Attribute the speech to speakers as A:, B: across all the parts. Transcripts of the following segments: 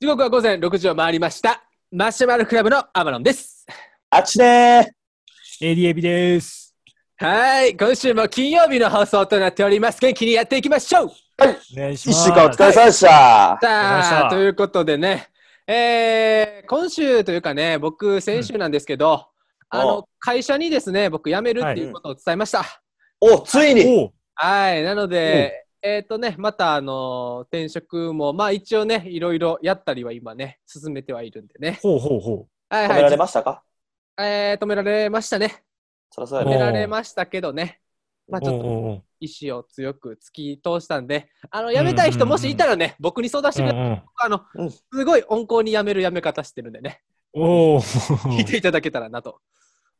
A: 時刻は午前6時を回りました。マシュマロクラブのアマロンです。
B: あっちで
C: ADAB です。
A: はい、今週も金曜日の放送となっております。元気にやっていきましょう
C: お願いし
B: ー一
C: ます。
B: 週間お疲れ様でした。
C: りまし
A: さあ、
C: た
A: ということでね、えー今週というかね、僕、先週なんですけど、
B: うん
A: あ
B: おう
A: の、会社にですね、僕辞めるっていうことを伝えました。
B: お、ついに
C: おう
A: はい、なので、えっ、とね、またあの転職も、まあ一応ね、いろいろやったりは今ね、進めてはいるんでね。
C: ほうほうほ
A: はい
B: 止
A: はい。
B: められましたか
A: えー止められましたね。
B: そらそうや
A: 止
C: お
A: め
B: ね。
A: られましたけどね。まあ
C: う。
A: ちょっと
C: おうおう
A: 意志を強く突き通したんで、あの、辞めたい人もしいたらね、僕に相談して
C: おう
A: く
C: う
A: れ、
C: んうん
A: あの、
B: うん
A: すごい温厚に辞める辞め方してるんでね、
C: おう
A: 聞いていただけたらなと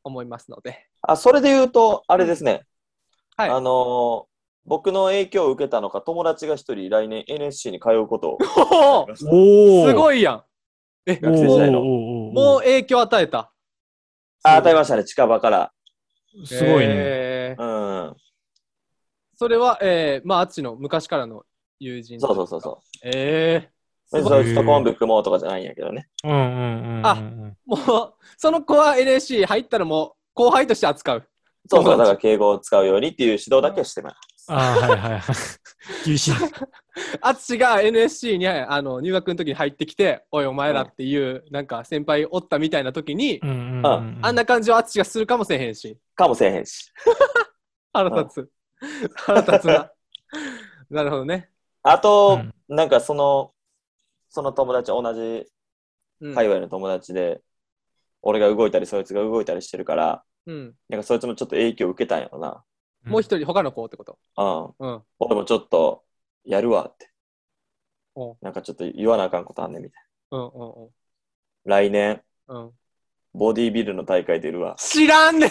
A: 思いますので。
B: あ、それで言うと、あれですね。
A: はい
B: あのー、僕の影響を受けたのか、友達が一人来年 NSC に通うことを。
A: おー
C: おう
A: すごいやん。え、
B: 学生時代の
C: おうおうおう
A: もう影響与えた。
B: あ、与えましたね、近場から。
C: すごいね。
A: えー
B: うん。
A: それは、えー、まあ、あっちの昔からの友人。
B: そうそうそうそう。
A: え
B: そ
A: す
B: い
A: ご
C: い
B: つとコンビ組もうとかじゃないんやけどね。
C: うんうんうんうん。
A: あー、もう、その子は NSC 入ったらもう、後輩として扱う。
B: そうそう、
A: 友達
B: だから敬語を使うようにっていう指導だけはしてます。
C: あーは いはいはい。厳しい。
A: あっちが NSC にあの入学の時に入ってきて、おい、お前らっていう、なんか先輩おったみたいな時に、
C: うんうんうん
B: あ
C: うん。
A: あんな感じをあっちがするかもせえへんし、
B: かもせえへんし。
A: 腹立つ。腹立つな。なるほどね。
B: あと、
C: うん
B: なんかその、その友達、同じ
A: うん
B: 界隈の友達で、俺が動いたり、そいつが動いたりしてるから、
A: うん、
B: なんかそいつもちょっと影響受けたんやろな。
A: もう一人、他の子ってこと。
B: うん。
A: うん。
B: 俺もちょっと、やるわって。
A: おう
B: なんかちょっと言わなあかんことあんねんみたい
A: うんうん
B: な。来年、
A: うん。うん、
B: ボディービルの大会出るわ。
A: 知らんねん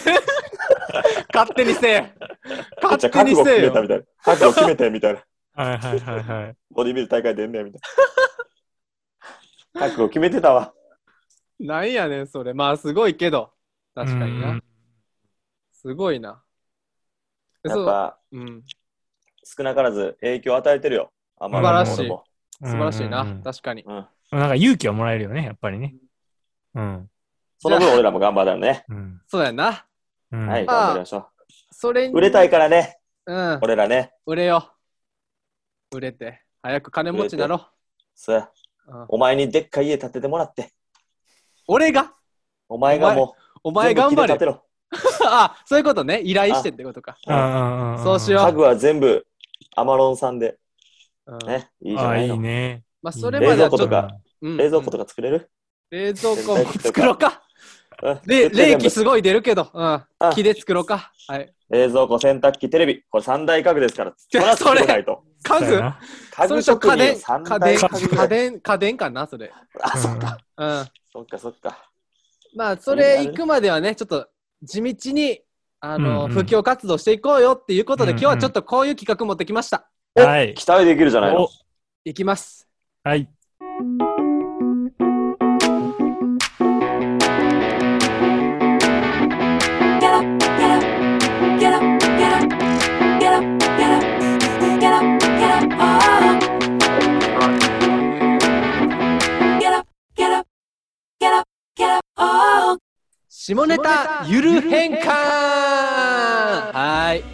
A: 勝手にせえ
B: めっちゃ
A: 勝手
B: 覚
A: に
B: 悟
A: せえ
B: 決め
A: よ
B: たみたいな。覚悟決めてみたいな。
C: はいはいはいはい。
B: ボディービル大会出んねんみたい な。覚悟決めてたわ。
A: なんやねん、それ。まあ、すごいけど。確かに
C: う。
A: なんすごいな。
B: や
A: そ
B: っ
A: う
B: ぱ、
A: うん、
B: 少なからず影響を与えてるよ。あまり
C: 素晴ら
B: にも
C: しい
B: 俺も
A: 素晴らしいな、
C: うんうんうん
A: 確かに。
B: うん。
C: なんか勇気はもらえるよね、やっぱりね。うん。
B: その分俺らも頑張るよね。
C: うん。
A: そうやな。
C: うん
B: はい、
A: まあ
B: 頑張りましょ
A: それに
B: う。売れたいからね、
A: うん、
B: 俺らね。
A: 売れよう。売れて、早く金持ちになろ
B: そうや
A: う。うん、
B: お前にでっかい家建ててもらって、
A: 俺が
B: お前がも
A: お
B: う、
A: 前頑張
B: 全部木で建て
A: れ。
B: ろ。
A: あ、そういうことね。依頼してってことか。
C: うんうんんん
A: そうしよ
B: 家具は全部アマロンさんで、
A: うん
B: ね、いいじゃ
C: あ
B: な
C: ー
B: い
C: い
B: の。
C: いね。
A: まあ、それまでは
B: 冷蔵庫とか
A: うん
B: 冷蔵庫と
A: か。
B: か作れる、
A: 冷蔵庫も作ろうか。
B: うん
A: で、冷気
B: 冷
A: すごい出るけど、うん、木で作ろうか。はい。
B: 蔵庫、洗濯機、テレビ、これ三大家具ですから、そら作れないと。
A: 家
C: そうや
A: 具
C: な
A: そ
B: 家
A: れ
B: 具
A: と
B: 職
A: 家
B: 人
A: 電、
B: 三
A: 家
B: 大
A: 電、家
B: 家具
A: 電、家電家電かな、それ。
B: あ、
C: うん
B: そっか、
A: うん。
B: そっか、そっか。
A: まあ、それ行くまではね、ちょっと地道に、あの、
C: うんうん
A: 布教活動していこうよっていうことで、
C: うんうん
A: 今日はちょっとこういう企画持ってきました。
C: はい。
B: 期待できるじゃないの
C: お。
A: いきます。
C: はい。
D: Get up, get up, get up, get up, get up, get up, get up, get up, oh. Get up, get up, get up, get up, oh.
A: 下ネタゆる変換はい。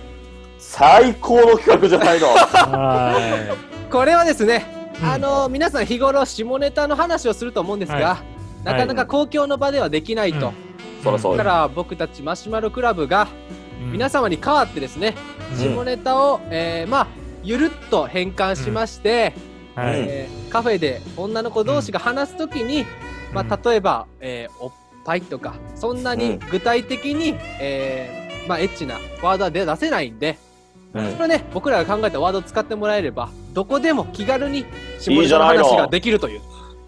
B: 最高の企画じゃないの。
C: は
A: これはですね、
C: い。
A: あの、皆さん日頃下ネタの話をすると思うんですが、
C: は
A: なかなか公共の場ではできないと。
C: うん
B: そらそう
A: だか
B: よ。
A: ら僕たちマシュマロクラブが
C: うん
A: 皆様に代わってですね、
B: うん
A: 下ネタを、えーまあ、ゆるっと変換しまして、
C: はい
B: うん
A: えーカフェで女の子同士が話すときに、まあ、例えば、えーおっぱいとかそんな
B: う
A: に
B: ん
A: 具体的に、えーまあ、エッチなワードは出出せないんで、
B: うん
A: それをね僕らが考えたワードを使ってもらえればどこでも気軽に下
B: い
A: ネ
B: いじ
A: タ
B: ゃ
A: の
B: ないの
A: 話ができるという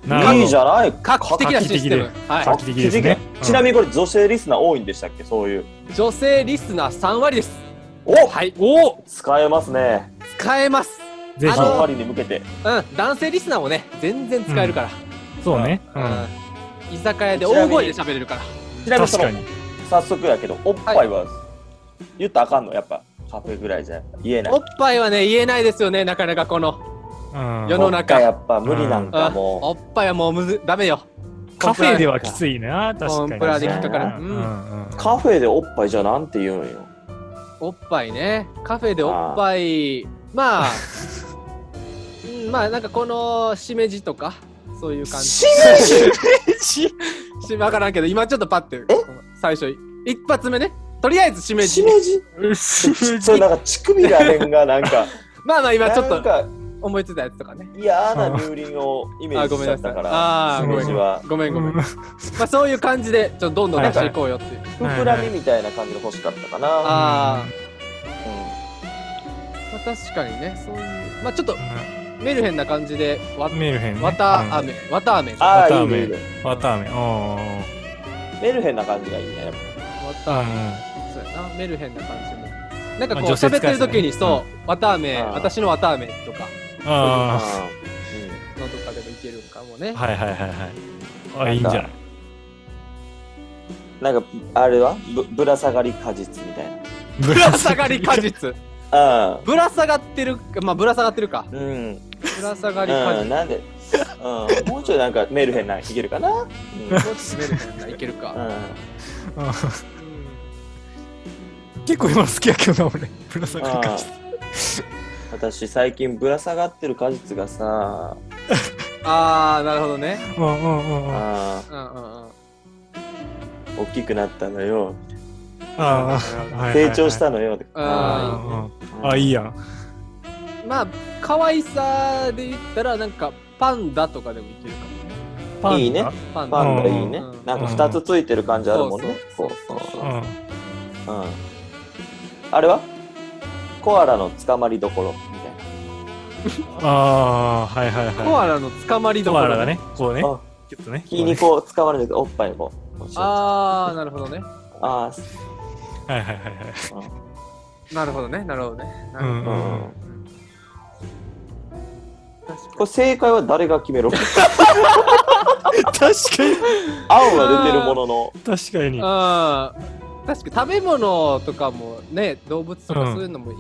C: なるほど
B: いいじゃない。
A: 画期的なシステム、
C: 画
A: は
C: 期的ですね
B: ちなみにこれ女性リスナー多いんでしたっけそういう。
A: い、女性リスナー3割です、
B: お
A: はい、お
B: 使えますね。
A: 使えます、
C: ぜひ
A: あの
B: 3割に向けて。
A: うん、男性リスナーもね全然使えるから、
C: そうねう
A: うん
C: ん
A: 居酒屋で大声で喋れるから
B: ちなみに
C: 確
B: その
C: かに
B: 早速やけど、おっぱいは言ったらあかんのやっぱカフェぐらいじゃ言えない
A: お。っぱいはね言えないですよねなかなかこの
C: うんうん
A: 世の中
B: やっぱ無理なんか
A: あ
B: も
A: おっぱいはもうむずダメよ
C: カフェではきついな、確かに。
A: コンプラで引っかかる
C: う
A: うんん
C: うんうん
B: う。カフェでおっぱいじゃなんて言うんよ。
A: おっぱいねカフェでおっぱいまあうんまあなんかこのしめじとかそういう感じ
B: しめじ
A: しわからんけど今ちょっとパッて最初一発目ねとりあえずしめ
B: し
A: じ
B: めじ
C: うっす
B: それなんか乳首らへんがなんか、
A: まあまあ今ちょっ
B: なん
A: と
B: か
A: 思いついたやつとかね
B: 嫌な乳輪をイメー
A: あ
B: ジ
A: ご
B: し
A: めん
B: ちゃ
A: なさ
B: った
A: い
B: から、
A: あー
B: しめじは
A: ごめんごめん
C: うん
A: まあそういう感じでちょっとどんどん出していこうよっていう
B: 膨らみみたいな感じが欲しかったかな。
A: ああ
B: う
A: まあ確かにねそういうまあちょっとメルヘンな感じでわ
C: メルヘンね。
A: わたあめわたあめ
B: んあ
C: 綿
B: あ、い
C: あ
B: い
C: め
B: ね、いいね。
C: うん。わたあめ。う
B: メルヘンな感じがいい
A: わ
B: ね。
C: んう
A: た
C: んうん。
A: そうやなメルヘンな感じもなんかこ
C: ま
A: う
C: あ女性
A: 喋
C: 使い
A: ってる時に
C: ですね
A: そうわたあめ
B: あー
A: 私のわたあめとか
C: あ
B: うん
A: のとかでもいけるんかもね
C: あ。はいはいはいはい。あ、いいんじゃない
B: なんか、あれはぶぶら下がり果実みたい
C: ぶ
A: ぶら下がり果。実
B: な。
A: ぶら下がってるまあぶら下がってるか
B: うん。うん。
A: ぶら下がり果
B: うん、
A: 実
B: なんで、うん、もうちょいなんかメルヘンないけるかな、うん
A: もうちょっとメルヘンないける
B: う
A: か
B: ん、
C: うん結構今好きやけどな、俺。ぶら下がり果実。
B: 私最近ぶら下がってる果実がさ、
A: ああなるほどね
C: うんうんうん
B: う、
C: うんん。あ
B: 大
A: うんうんうん
B: きくなったのよ、
C: あー。
B: 成長した
C: の。
B: のよ、
A: あ
C: うんうん
B: うん
C: あ、いいやん。
A: まあ可愛さで言ったらなんかパンダとかでもいけるかもね
C: パンダ
B: いいね
A: パンダ
B: パンダいいね、
A: うん
B: なんか二つついてる感じあるもんね、
A: そう
B: こ
A: そう
B: う
A: そうう
C: う
A: そ
B: ん
C: ん。
B: あれはコアラの捕まりどころみたいな
C: ああ、はいはいはい。
A: コアラの捕まりど
C: コ
A: こ
C: ア
A: ろ
C: ラがね、こうね
B: あ、
C: キュッとね。
B: 気にこう捕まるんだけどおっぱいにこうこうしよう
A: ああなるほどね
B: あ
C: はいはいはいはい。
B: ー
A: なるほどねなるほどねな
C: う
A: るほど
C: んうん
B: う
C: うんん。
A: 確か
B: これ正解は誰が決めろ
C: 確かに。
B: 青が出てるものの
C: 確かに。
A: にうん確かに食べ物とかもね動物と
C: う
A: か
C: ん
A: そういうのもい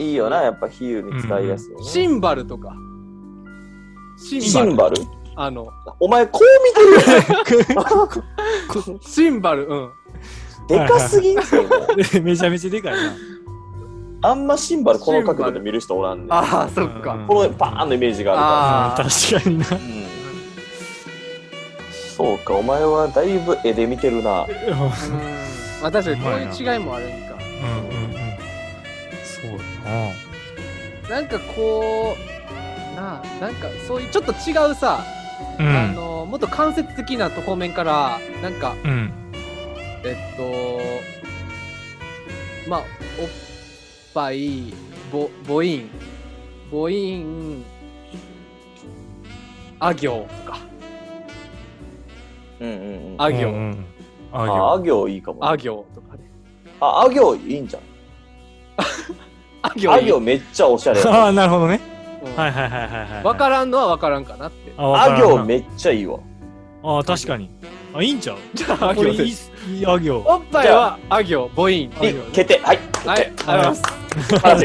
A: い
B: いいよなやっぱ比喩に使いやすいよね、
A: シンバルとかシ
B: シンバル
A: あの
B: お前こう見てる
A: シンバルうん
B: でかすぎんすよね
C: めちゃめちゃでかいな。
B: あんまシンバルこの角度で見る人おらんねん
A: ああそっ
C: う
A: か
C: ん
B: このバーンのイメージがあ
A: あ
C: うん確かにな。
B: るからうんそうかお前はだいぶ絵で見てるな
A: うんまあ確かにこういう違いもあるんか
C: うんうんうん。そうだ
A: なんかこうなあなんかそういうちょっと違うさ、あ
C: な。
A: のもっと間接的な方面からなんか
C: うん。うん。
A: えっとまあおっぱいぼ母音母音あ行とか
B: うんうんうんあ
A: あ行、
C: うん。あ
B: あ
C: 行。
B: 行いいかも
A: あ
B: あ
A: 行とかね
B: あ行いいんじゃん
A: あ行
B: あ
A: いい
B: 行めっちゃおしゃれ
C: あ
B: あ
C: あ、なるほどね。
A: うん
C: はいはいはいはいはい。
A: わからんのはわからんかなって
C: あわからん
B: 行
C: な
B: めっちゃいいわ
C: ああ、確かに。あ、いいんちゃう
A: じゃああ
C: これ
A: 行
C: いいっすいいあ行。
A: おっぱいはあ行母音
C: あ
B: い
C: 行ね
B: 決定はい
A: はいありがとうございます
B: 素晴らし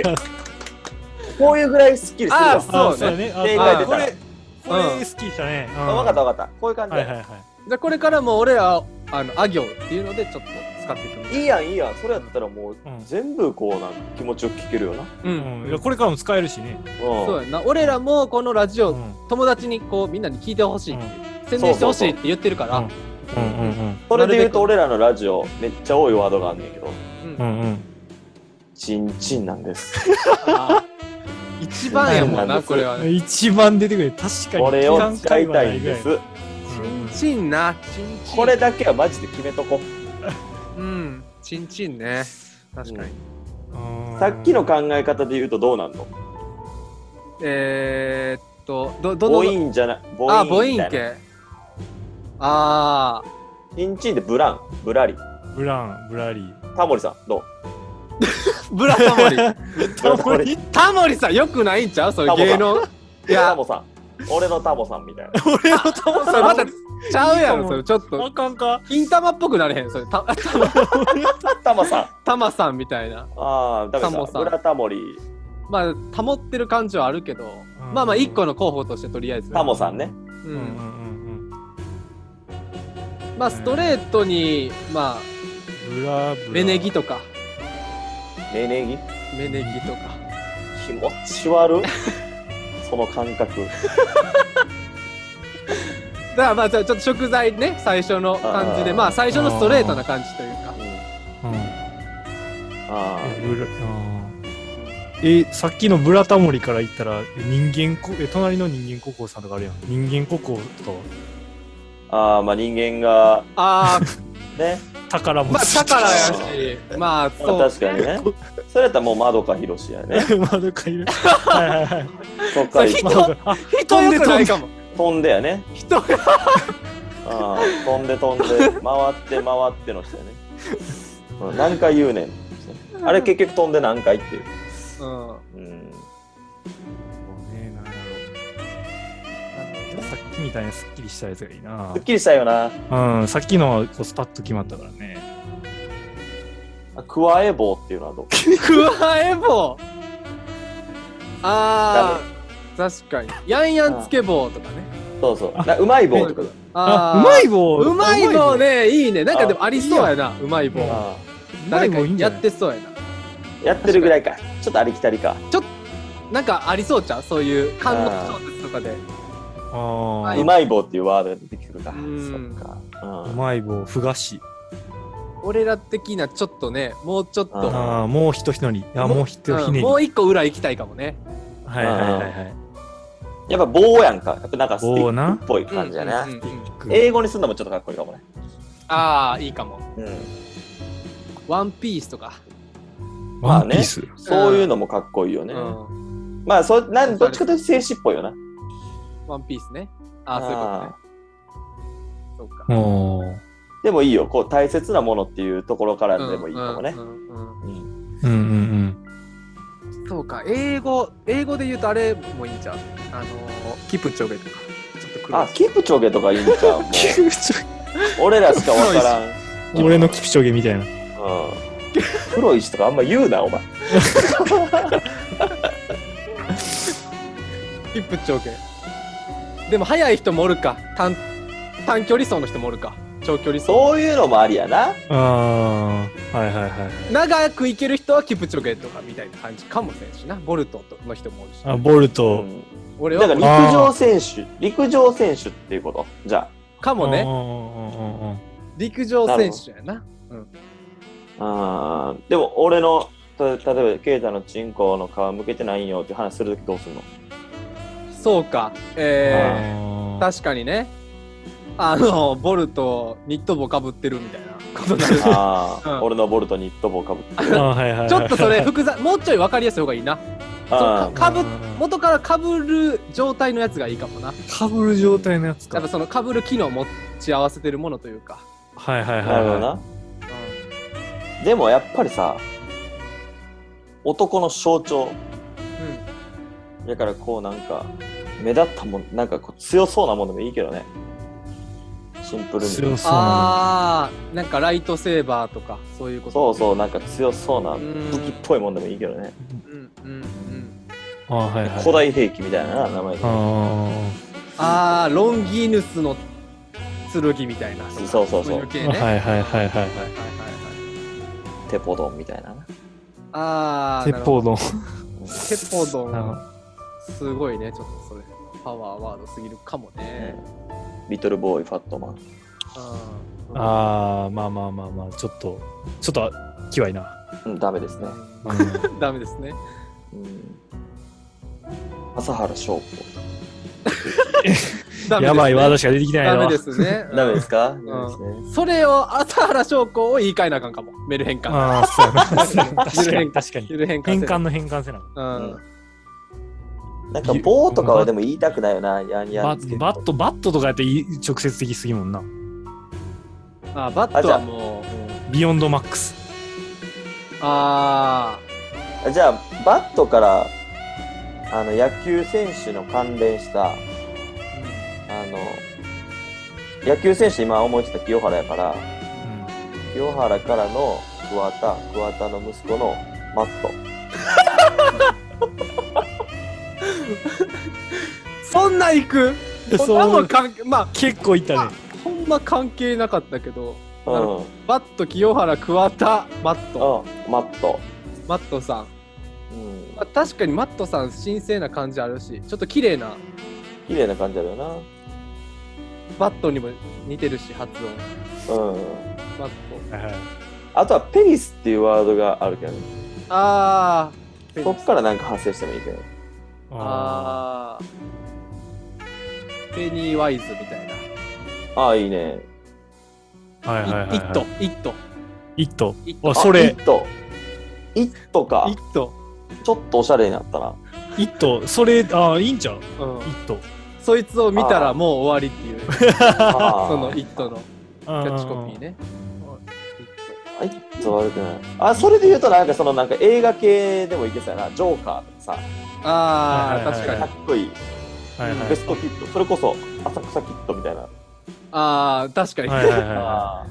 B: いこういうぐらいスッキリするわ
A: あそうね
C: ね。あ
B: 正
A: 解出
C: こ
B: たら
C: れ、これ好きじゃね。
B: あわかった
C: わ
B: わかったこういう感じ
C: はい
B: だ
C: はいはい。
A: じゃあこれからも俺らあのあ行っていうのでちょっと使っていくんで
B: いいやんいいやんそれやったらもう
C: うん
B: 全部こうなんか気持ちよく聞けるよな
A: う
C: うんいや。これからも使えるしね。
A: そう
B: う
A: やな俺らもこのラジオ、
C: うん。
A: 友達にこうみんなに聞いてほしいっていう、宣伝してほしいって言ってるから
C: そううんうん
B: それで言うと俺らのラジオめっちゃ多いワードがあんねんけど
A: うん
C: うん。うんうん。
B: チンチンなんです
A: あー一番やもん
B: なん
A: な
B: だ
A: これはね
C: 一番出てくる確かに
B: これを使いたいんです
A: チンチンなチンチン
B: これだけはマジで決めとこ
A: うんチンチンね確かに、
B: うんさっきの考え方で言うとどうなんの
A: えー、っとどど
B: 母
A: の
B: 音じゃない母
A: あ母
B: 音み
A: 音
B: たいな
A: 系あ
B: チンチンでブランブラリ
C: ブランブラリー
B: タモリさんどう
A: ーブラタ モリ
B: タモリ
A: タモリさんよくないんちゃうそれ芸能い
B: タ
A: や
B: モさん俺のタモさんみたいな
C: 俺のタモ
A: それまたちゃうや
C: いいかも
A: ろそれちょっと
C: あかんか
A: 金玉っぽくなれへんそれた
B: タモさん
A: タマさんみたいな
B: ああダメ
A: タモ
B: さ
A: さん
B: ブラタモリ
A: まあ保ってる感じはあるけど
C: うん
A: まあまあ、一個の候補としてとりあえず。
B: タモさんね。
A: う
C: うんうんう
A: ん。
C: んうん
A: まあ、ストレートに、まあ、
C: ブラブラ。
A: 芽ネギとか、
B: ねねぎ
A: 芽ネギとか。
B: 気持ち 悪いその感
A: だ
B: 覚。
A: からまあ、ちょっと食材ね、最初の感じで、
B: あー
A: まあ、最初のストレートな感じというか。
B: うん
C: うん。
B: あ
C: えブラうんえ、さっきのブラタモリから言ったら、人間こ、え、隣の人間国宝さんとかあるやん。人間国宝と
B: ーあー、まあ人間が、
A: ああ、
B: ね。
C: 宝物。
A: まあ、宝やし、まあ、
B: まあ
A: そう。
B: 確かに ね。それやったらもう窓かひろしやね。
C: 窓かいる。はいはいはい。
B: そっから
A: それ
B: ま
A: 人
B: あ
C: 窓か。あ
A: 人よくないかも。
B: 飛んでやね。
A: 人が、
B: あ ー飛んで飛んで、回って回っての人やね。うん何回言うねん。あれ結局飛んで何回っていう。
A: うん。
B: うん。
C: そうね、なんだろう。なんかさっきみたいにスッキリしたやつがいいな
B: すっ。きりしたよな。
C: うん、さっきのはこうスパッと決まったからね。
B: あクワエボーっていうのはどう
A: クワエボああ確かにヤンヤンつけ棒とかね
B: そうそう。なうまい棒とかだ。
A: あー
C: うまい棒
A: うまい棒。ねいいねなんかでもありそうやなうまい棒
B: あ
C: うま
A: 誰
C: い
A: か
C: 棒いいんじ
A: や
C: ゃ
A: っ
C: ない
A: てそうやな
B: ーやってるぐらいか。ちょっとありきたりか。
A: なんかありそうちゃうそういう韓国小説とかで
C: あ
A: は
C: あ、
B: う
C: う
B: まい棒っていうワードが出てくるか。そ
A: ん
B: っか。うん
C: まい棒、ふがし。
A: 俺ら的なちょっとねもうちょっと
C: ああ、もうひとひのり。あ
A: も
C: もうひとひ
A: う
C: ね
A: ん
C: り。
A: も
C: は
A: う
C: い
A: 一個裏行きたいかもね
C: はいはいはい。
B: やっぱ棒やんか。やっぱなんかスティ
C: 棒な
B: ックっぽい感じやな
A: うんう。んうんうん
B: 英語にするのもちょっとかっこいいかもね。
A: ああいいかも
B: うん。
A: ワンピースとか
C: ワンピース。
B: そういうのもかっこいいよ
A: う
B: ね。
A: ん
B: まあ、そなんどっちかというと静止っぽいよな。
A: ワンピースねああそういうことねそうか
C: おー
B: でもいいよ。こう、大切なものっていうところからでもいいかもね
A: う。んうんうんうん
B: うん
C: うんうん
A: そうか、英語、英語で言うとあれもいいんじゃん。あのー、キプチョゲとか。ちょっと黒い
B: あ、キプチョゲとかいいんちゃうもう
C: キプチョ
B: 俺らしかわからん。
C: ゲ。俺のキプチョゲみたいな。
B: うん黒石とかあんま言うな、お前。
A: キプチョゲ。でも速い人もおるか。短、短距離走の人もおるか。長距離走。
B: そういうのもありやな。
C: ああ、はいはいはいはい。
A: 長く行ける人はキプチョゲとかみたいな感じかもしれんしな。ボルトの人もおるし。
C: あ、ボル
B: う
C: ト。
B: ん
A: 俺
B: だから
A: は
B: 陸上選手、陸上選手っていうこと。じゃ
A: かも
C: う
A: ね。
C: んうんうんうん
A: 陸上選手やな。
B: あ。うんでも、俺の、た例えば、ケイタのチンコの皮向けてないんよっていう話するときどうする の
A: そうか。えー、
C: あ
A: 確かにね。あの、ボルト、ニット帽かぶってるみたいなことになる。
B: ああ、
A: うん
B: 俺のボルトニット帽かぶって。
C: ーあー、はいはいはい。
A: ちょっとそれ複雑、もうちょい分かりやすい方がいいな。
B: あ
A: かぶ
C: うんうんうん
A: 元から被る状態のやつがいいかもな。
C: かぶる状態のやつ
A: やっ
C: か
A: ぱ。その被る機能を持ち合わせてるものというか。
C: はいはいは
B: あ、
C: い。
B: なるほどな。でもやっぱりさ、男の象徴。
A: う
B: だからこうなんか、目立ったもん、なんかこう強そうなものでもいいけどね。シンプルに。
C: 強そうな
A: ああ、なんかライトセーバーとか、そういうこと。
B: そうそう、なんか強そうな
A: うん
B: 武器っぽいもんでもいいけどね。
A: うんうんうん。
C: の。あーはいはい。
B: 古代兵器みたいなな名前
C: あー
A: ああ、ロンギーヌスの剣みたいな。
B: そうそうそう
A: そういう系ね。
C: はい
A: はい
C: はいはいはいはい。
A: はいはい
B: テポドンみたいな。
A: ああ、
C: 鉄砲丼。
A: 鉄砲
C: あ
A: 丼。
C: の
A: すごいね、ちょっとそれ。パワーワードすぎるかもね。
B: リトルボーイ、ファットマン。
A: うん
C: ああ、まあまあまあまあ、ちょっと、ちょっと、きわいな。
B: うん、ダメですね。
C: うん
A: ダメですね。
B: うん。朝原翔子。
A: ダメですね
C: やばいワードしか出てきてない
A: ダ
C: の。
A: メですね。
B: ダメですか、
A: ん
B: ダメですね。
A: それを、朝原将校を言い換えなあかんかも。メル変換。
C: ああ、そうやなそうやな。確か
A: 緩
C: に、確かに。
A: メル変換せ
C: 変
A: な。
C: 換の変換せな。
A: うん。
B: なんか棒とかはでも言いたくないよな、やんや
C: バ
B: んつけ
C: ッ
B: る
C: バ
B: と
C: ット、バットとかやってい直接的すぎもんな。
A: あ、バットはもう。
C: ビヨンドマックス。
A: あ
B: あじゃあ、バットから、あの、野球選手の関連した、あの、野球選手今思いついた清原やから、
C: うん
B: 清原からの桑田、桑田の息子のマット。
A: そんな行く
C: え
A: そんな
C: そ
A: も
C: うん
A: 関係まあ
C: 結構いたね。
A: ほんま関係なかったけど
B: う
A: なる
B: ん。
A: バット清原桑田マット
B: うん。マット。
A: マットさん、
B: うん
A: ま。あ、確かにマットさん神聖な感じあるしちょっと綺麗な
B: 綺麗な感じだよな。
A: バットにも似てるし発音
B: うん。
A: マット
C: はいはい
B: あとはペニスっていうワードがあるけどね、
A: あー
B: そっからなんか発生してもいいけど。
C: あ
A: あーペニーワイズみたいな
B: ああ、いいね。
C: ーはいはいは
A: 「
C: い
A: イット
C: は」
A: 「イット」
C: い。イット。
A: 「イット」
C: あそ
B: あ
C: れ
B: イット。イッ
A: 「
B: トか
A: イ。ット
B: ちょっとおしゃれにな ったな。
C: イット。それ、ああ、いいんちゃうイ」
A: うん
C: ット。
A: そいつを見たらもう終わりっていう
B: あー
A: その「イット」の
C: キ
A: キ
C: ャ
A: ャッチコピー。ね
B: あイット悪くない。あ、それで言うとなんかそのなんか映画系でもいけそうやな。ジョーカーとかさ、
A: ああ
C: はい
A: 確
C: はい
A: か
C: は
A: に
C: い
B: かっこいい。
C: はいはい
B: ベストキット。それこそ浅草キットみたいな。
A: ああ確かに、
C: はいはいはいは
B: あ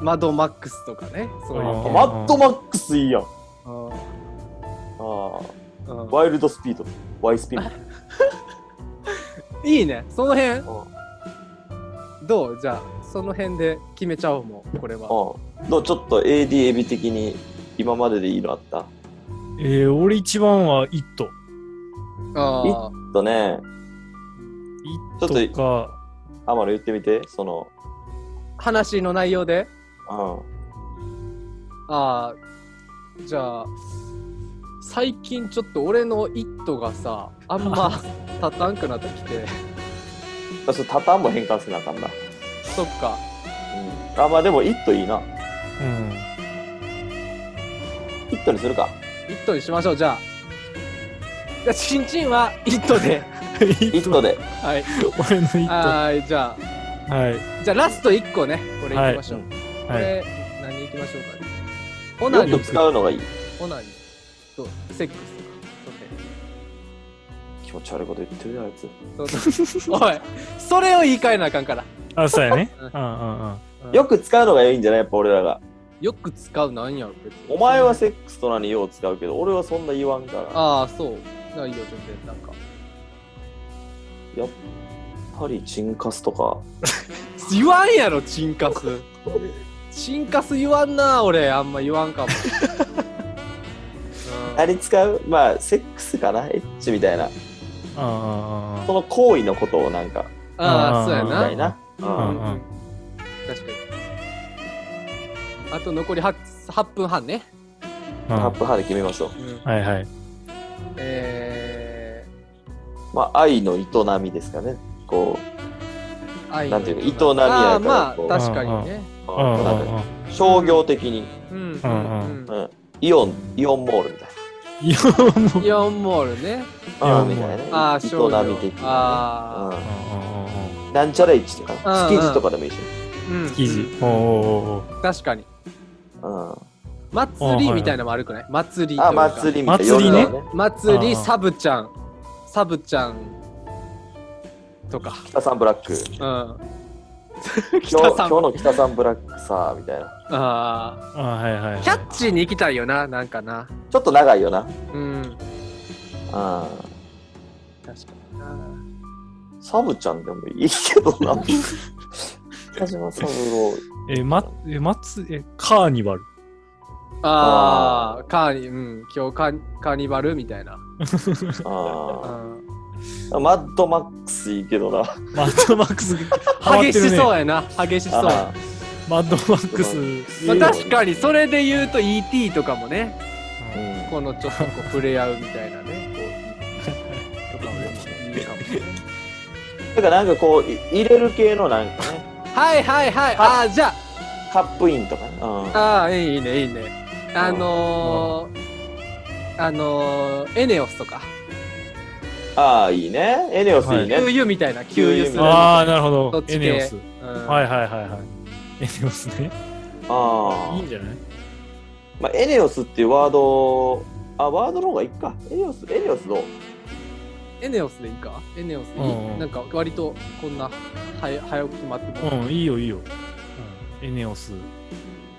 A: マドマックスとかねそういう
B: あ。
A: 系
C: うん
B: マッドマックスいいやん。ああ。
A: うんうん
B: ワイルドスピード。ワイス ピー
A: いいねその辺
B: ド。
A: どうじゃあその辺で決めちゃおうもうこれは
B: うん。どうちょっと AD エビ的に今まででいいのあった
C: い。えー、俺一番はイット。
A: あ
B: ちょっとね、
C: イ
B: ちょっ
C: ットか。
B: 天野言ってみて、その、
A: あ話の内容で
B: う
A: ああじゃあ最近ちょっと俺の「イット!」がさあんま立たんくなってきて
B: ん。だそれタタンも変換せなあかんな。
A: そっか
B: うん。あ、まあでも、イットいいな。
C: うん。
B: イットにするか。
A: 「イット!」にしましょうじゃあじゃあチンチンは「イット!」で
B: イットで。
A: はい
C: 俺のイット。は
A: はいじゃ
C: い。
A: あじゃあラスト1個ねこれいきましょう、
B: はい
A: こ
C: はい。
A: れ、何いきましょうかねオナニ
B: よく
A: ー
B: 使うのがいい。
A: オナニーとセックス
B: 気持ち悪いこと言ってるよ、あいつ。
A: とかそうねおいそれを言い換えなあかんから
C: あ、そうやね。
A: う
C: うんんうんうん。
B: よく使うのがいいんじゃないやっぱ俺らが。
A: よく使うなんやろ別に
B: お前はセックスと何よう使うけど、俺はそんな言わんから。
A: ああそうないよ全然なんか
B: やっぱり、チンカスとか。
A: 言わんやろチンカスチンカス言わんな俺あんま言わんかも、うん
B: 何使うまあ、セックスかなエッチみたいな。
C: うんうんうん
B: その行為のことをなんか、
A: ああそうや
B: み
C: ん
A: な
B: たいな。う
A: うん
B: ん。
A: うん確かにあと残り 8, 8分半ね、
C: う
B: タ
C: ん。
B: ッ
C: は
B: プ派で決めましょう。
C: いはい。
A: え
B: まあ、愛の営みですかね。こ
A: ー、愛の
B: なんていうか伊藤波
A: あ
B: やから
A: あまあ
B: こう
A: 確かにね
B: う、
C: うんうん
B: なん
C: うん
B: か。商業的に、
A: うん
C: う
A: うん
C: うん
A: ん
B: う、ん、イオン、イオンモールみたい
C: いやもう。
A: うん、イオンモールね
B: な。
C: イオンモール
B: みたいなね。
A: ああ
B: 営
A: 商業
B: み的な、
A: あ
B: ね
C: うんうんうんうん
B: うん。なんちゃら市とか
A: うんう
B: な、
A: ん
B: 築地とかでもいいし。
A: うん
C: 記事。おーおーおー
A: 確かに
B: うん。あ、
A: 祭りみたいなのも悪くない祭りというか
B: 祭りみたいな。
C: 祭りね
B: 夜の
A: 祭り
C: あー
A: サブちゃんサブちゃんとか
B: 北さんブラック。
A: うん
B: 今日
A: 北さん
B: 今日の北さんブラックさ、みたいな。
A: あ
C: あはいはいは
A: ー
C: い。
A: キャッチーに行きたいよななんかな
B: ちょっと長いよな。う
A: うん
B: ん。
A: 確かにな
B: サブちゃんでもいいけどな。北島三郎。
C: え、ま、え、まつ、え、カーニバル。
A: あ
B: あ
A: あカーニうん今日カーカーニバルみたいなう
B: あ
A: ん
B: あ。マッドマックスいいけどな。
C: マッドマックス。
A: 激しそう
C: う。
A: やな激しそう
B: あ
C: マッドマックス。
A: ま
B: いい
A: あ、
B: よ
A: 確かにそれで言うと ET とかもね
B: あう
A: こ
B: ん
A: のちょっとこう触れ合うみたいなねこうとかもいいかもね
B: だからなんかこうい入れる系のなんかね
A: はいはいはいああーじゃ
B: カップインとかね、うん、あ
A: ああーいいねいいねあのー、あのー、エネオスとか
B: あーいいねエネオスいいね、
A: 給油みたいな給油する
C: ああ、なるほ
A: そっ
C: ど。
A: ち系
C: エネオス。
A: うん
C: はいはいはいはい。エネオスね。い
B: あ
C: いんじゃない
B: あ、まあ、エネオスっていうワードあワードの方がいいかエネオスエネオスどう
A: エネオスでいいかエネオスでいい、
C: うんうん
A: なんか割とこんなはや早起き待っても
C: うん、いいよいいよ。うんエネオス。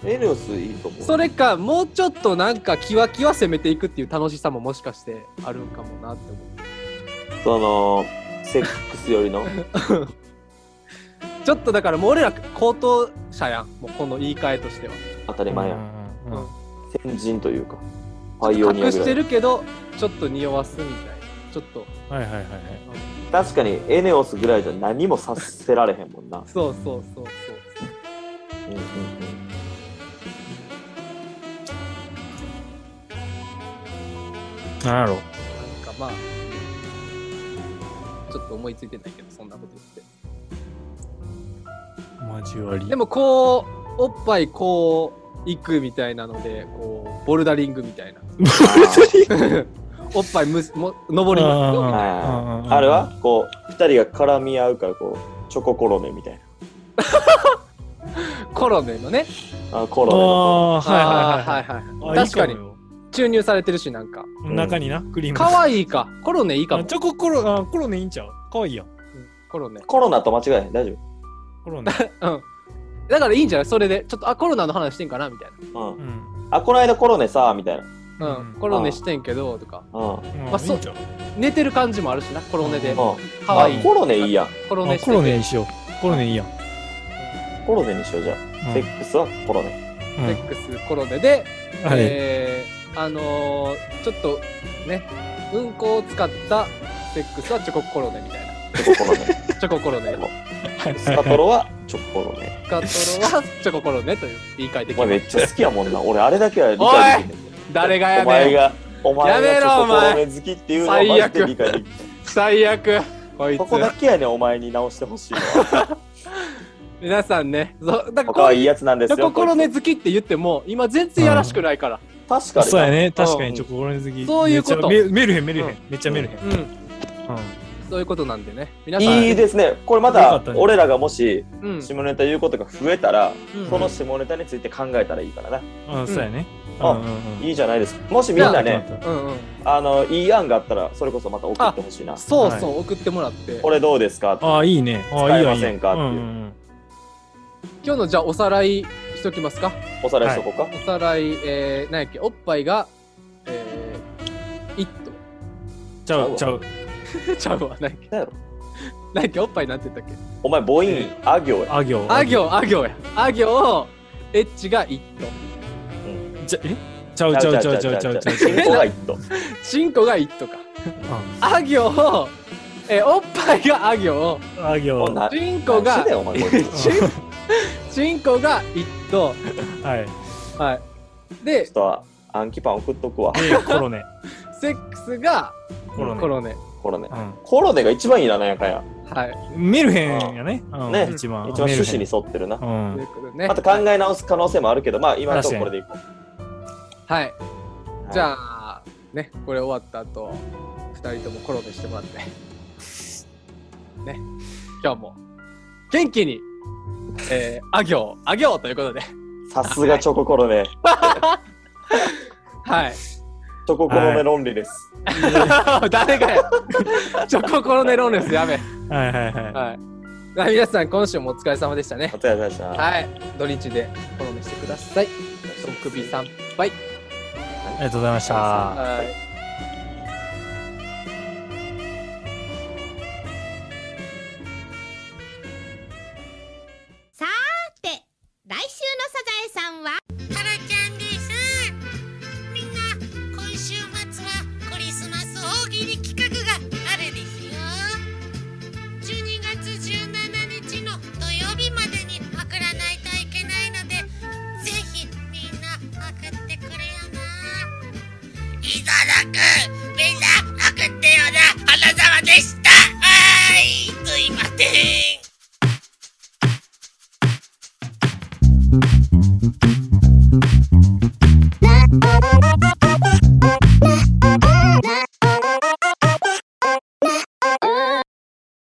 B: エネオスいいと思う
A: それかもうちょっとなんかキワキワ攻めていくっていう楽しさももしかしてあるんかもなって思う
B: そのセックスよりの。
A: ちょっとだからもう俺ら高等者やんもうこの言い換えとしては
B: 当たり前やん。
C: うんうん
B: 先人というか、パイオニア
A: 隠
B: ぐ
A: して
B: らい。
A: るけどちょっと匂わすみたいなちょっと
C: はいはいはいはい。
B: 確かに、エネオスぐらいじゃ何もさせられへんもんな。
A: そうそうそうそう
B: うんうんうん
C: なんやろ。
A: なんかまあちょっと思いついてないけどそんなこと言って
C: 交わり。
A: でもこうおっぱいこう行くみたいなのでこうボルダリングみたいなおっぱいむすも登りますよみたいな
B: あ
C: うんうんうん
B: ーあれはこう、二人が絡み合うから、こう、チョココロネみたい
A: コロネのね
B: な。あコ
C: あ
B: ロネの
C: あ、はいはいは
A: あ
C: い。
A: ーはいはい
C: あ
A: 確かに
C: いいもよ
A: 注入されてるしなんか
B: うん
C: 中にな、クリーム。
A: 可愛いいかコロネいいか
C: あ
A: も
C: チョココロ、あコロネいいんちゃうかわいいやん。
A: うんコロネ
B: コロナと間違えへん。大丈
C: コロネ。
A: うんだからいいんじゃないそれでちょっとあコロナの話してんかなみたい
B: 夫。う。
C: うんん。
B: あ、この間コロネさ、みたいな。
A: な、うん
C: うん
A: コロネしてんけどとか
B: うん。
C: ま
A: まあそう
C: ちゃう
A: 寝てる感じもあるしなコロネで
C: うん
B: うん
A: 可愛い
B: あコロネいいやん。
A: コロネ
C: あ
A: して
C: コロネ
A: て
C: にしよう。コロネいいやん。
B: コロネにしようじゃあ、
C: うん
B: セックスはコロネ。
C: うん
A: セックスコロネで
C: あれ。
A: えーあのーちょっとねうんこを使ったセックスはチョココロネみたい な
B: チョココ ロネ。
A: チョココロネ
B: スカトロはチョココロネ。
A: スカトロはチョココロネという言い換えで
B: お前めっちゃ好きやもんな。俺あれだけは理解できんねん
A: 誰が
B: お
A: や
B: 前
A: ねん
B: が、お前
A: やめ
B: がチ
A: ろ
B: ョコ
A: お
B: コロ
A: 前
B: ネ好きっていうのをマジで理解できん。
A: 最悪こいつ
B: そこだけやねん、お前に直してほ しいのは。
A: 皆さんねそうだから
B: 他
A: こ
B: は
A: う
B: いい
A: いう
B: やつなんです
A: チ
B: よ。
A: ョココロネ
B: こ
A: 好きって言っても今全然やらしくないから
B: いつ確かにな。
C: そうやね、確か
A: うん
C: にチョココロネ好き。
A: そういうこと
C: めっちゃメルヘン、メルヘ
A: う
C: ン。めっちゃメルヘン。
A: うん、そういうことなんでね皆さん
B: いいですね。これま
C: よか
B: た
C: った、ね
B: 俺らがもし、
A: うん
B: 下ネタ言うことが増えたら、
A: うん
B: その下ネタについて考えたらいいからな。
C: うん、うんそうやね。
B: あ
C: うんうんうん
B: いいじゃないですか。もしみんなね、
C: よかっ
A: うんうん
B: あの、いい案があったら、それこそまた送ってほしいな。
A: そうそう、送ってもらって
B: これどうですか
C: たああ、いいね。ああ、
B: 使
C: い
B: え
C: いや
B: ませんか
C: いいや
B: っていう
C: うんうんうん
A: 今日のじゃあおさらいしときますか
B: おさらいしとこうか。
A: おさらい、えー、何やっけおっぱいがえー、一頭
C: ちゃう、ちゃう。
A: ちゃうわ、なん
B: 何や
A: か
B: ろ。
A: なんかおっぱいなんて言ったっけ
B: お前、母音、あ行や。
C: あ行。
A: あ行、あ行や。あ行、エッチが一頭。
C: ちゃえちゃうちゃうちゃうちゃ うちゃうちゃうちゃう。
B: チンコが一頭。
A: チンコが一頭か。あ行、えー、おっぱいがあ行、
C: うんあ行。
B: こん
C: は
B: な
A: チンコが
B: 何してんねんお前こいつ
A: チ ンチンコが一頭。
C: い。
A: はい。
B: ちょ
A: で
B: っ、と暗記パン送っとくわ。
C: で、コロネ。
A: セックスが
C: コロネ。
A: コロネ。
B: コロネ
C: う。ん
B: コロネが一番いいな、なんやかんや。
A: はい。
C: メルヘンやね。
B: ん
C: う
B: ね
C: ん一番。
B: 一番趣旨に
C: す。
B: 沿ってるな
C: う。。
A: というんことでね。
B: あと考え直す可能性もあるけど、まあ今のところこれでいこう。
A: はい。じ
B: あ。
A: ゃあ、ね、これ終わった後、二人ともコロネしてもら って。ね、今日も元気に、えー、あ行、あ行ということで、
B: さすがチョココロネ。チ
A: はい。
B: ョココロネ論理です。
A: 誰がやチョココロネローネスやべ。
C: はいはいは
A: はい。まあ皆さん、今週もお疲れ様でしたね
B: お。疲れ様でした。あ
A: はい。土日でコロネしてください。お首参拝。
C: い。ありがとうございました。
A: はい。
E: って来週のサザエさんはタラちゃんですみんな今週末はクリスマス大喜利企画があるですよ12月17日の土曜日までに送らないといけないのでぜひみんな送ってくれよないただくみんな送ってよな花沢でしたはいすいません